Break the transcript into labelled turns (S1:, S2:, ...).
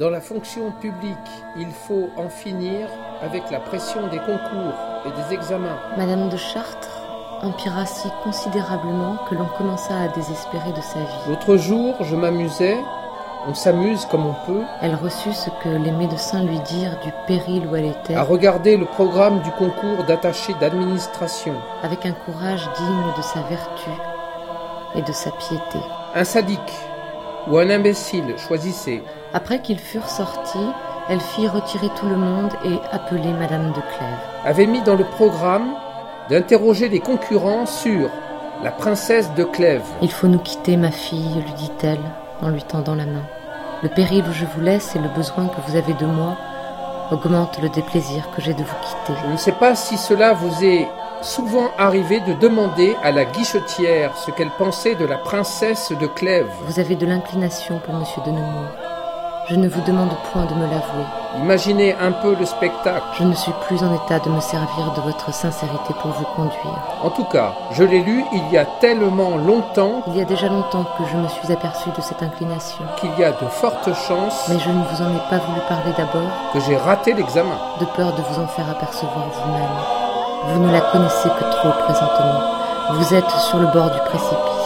S1: Dans la fonction publique, il faut en finir avec la pression des concours et des examens.
S2: Madame de Chartres empira si considérablement que l'on commença à désespérer de sa vie.
S1: L'autre jour, je m'amusais, on s'amuse comme on peut,
S2: Elle reçut ce que les médecins lui dirent du péril où elle était,
S1: à regarder le programme du concours d'attaché d'administration.
S2: avec un courage digne de sa vertu et de sa piété.
S1: Un sadique ou un imbécile, choisissez.
S2: Après qu'ils furent sortis, elle fit retirer tout le monde et appeler Madame de Clèves.
S1: avait mis dans le programme d'interroger les concurrents sur la princesse de Clèves.
S2: Il faut nous quitter, ma fille, lui dit-elle en lui tendant la main. Le péril où je vous laisse et le besoin que vous avez de moi augmentent le déplaisir que j'ai de vous quitter.
S1: Je ne sais pas si cela vous est souvent arrivé de demander à la guichetière ce qu'elle pensait de la princesse de Clèves.
S2: Vous avez de l'inclination pour Monsieur de Nemours. Je ne vous demande point de me l'avouer.
S1: Imaginez un peu le spectacle.
S2: Je ne suis plus en état de me servir de votre sincérité pour vous conduire.
S1: En tout cas, je l'ai lu il y a tellement longtemps
S2: Il y a déjà longtemps que je me suis aperçu de cette inclination.
S1: qu'il y a de fortes chances
S2: Mais je ne vous en ai pas voulu parler d'abord,
S1: que j'ai raté l'examen.
S2: de peur de vous en faire apercevoir vous-même. Vous ne la connaissez que trop présentement. Vous êtes sur le bord du précipice.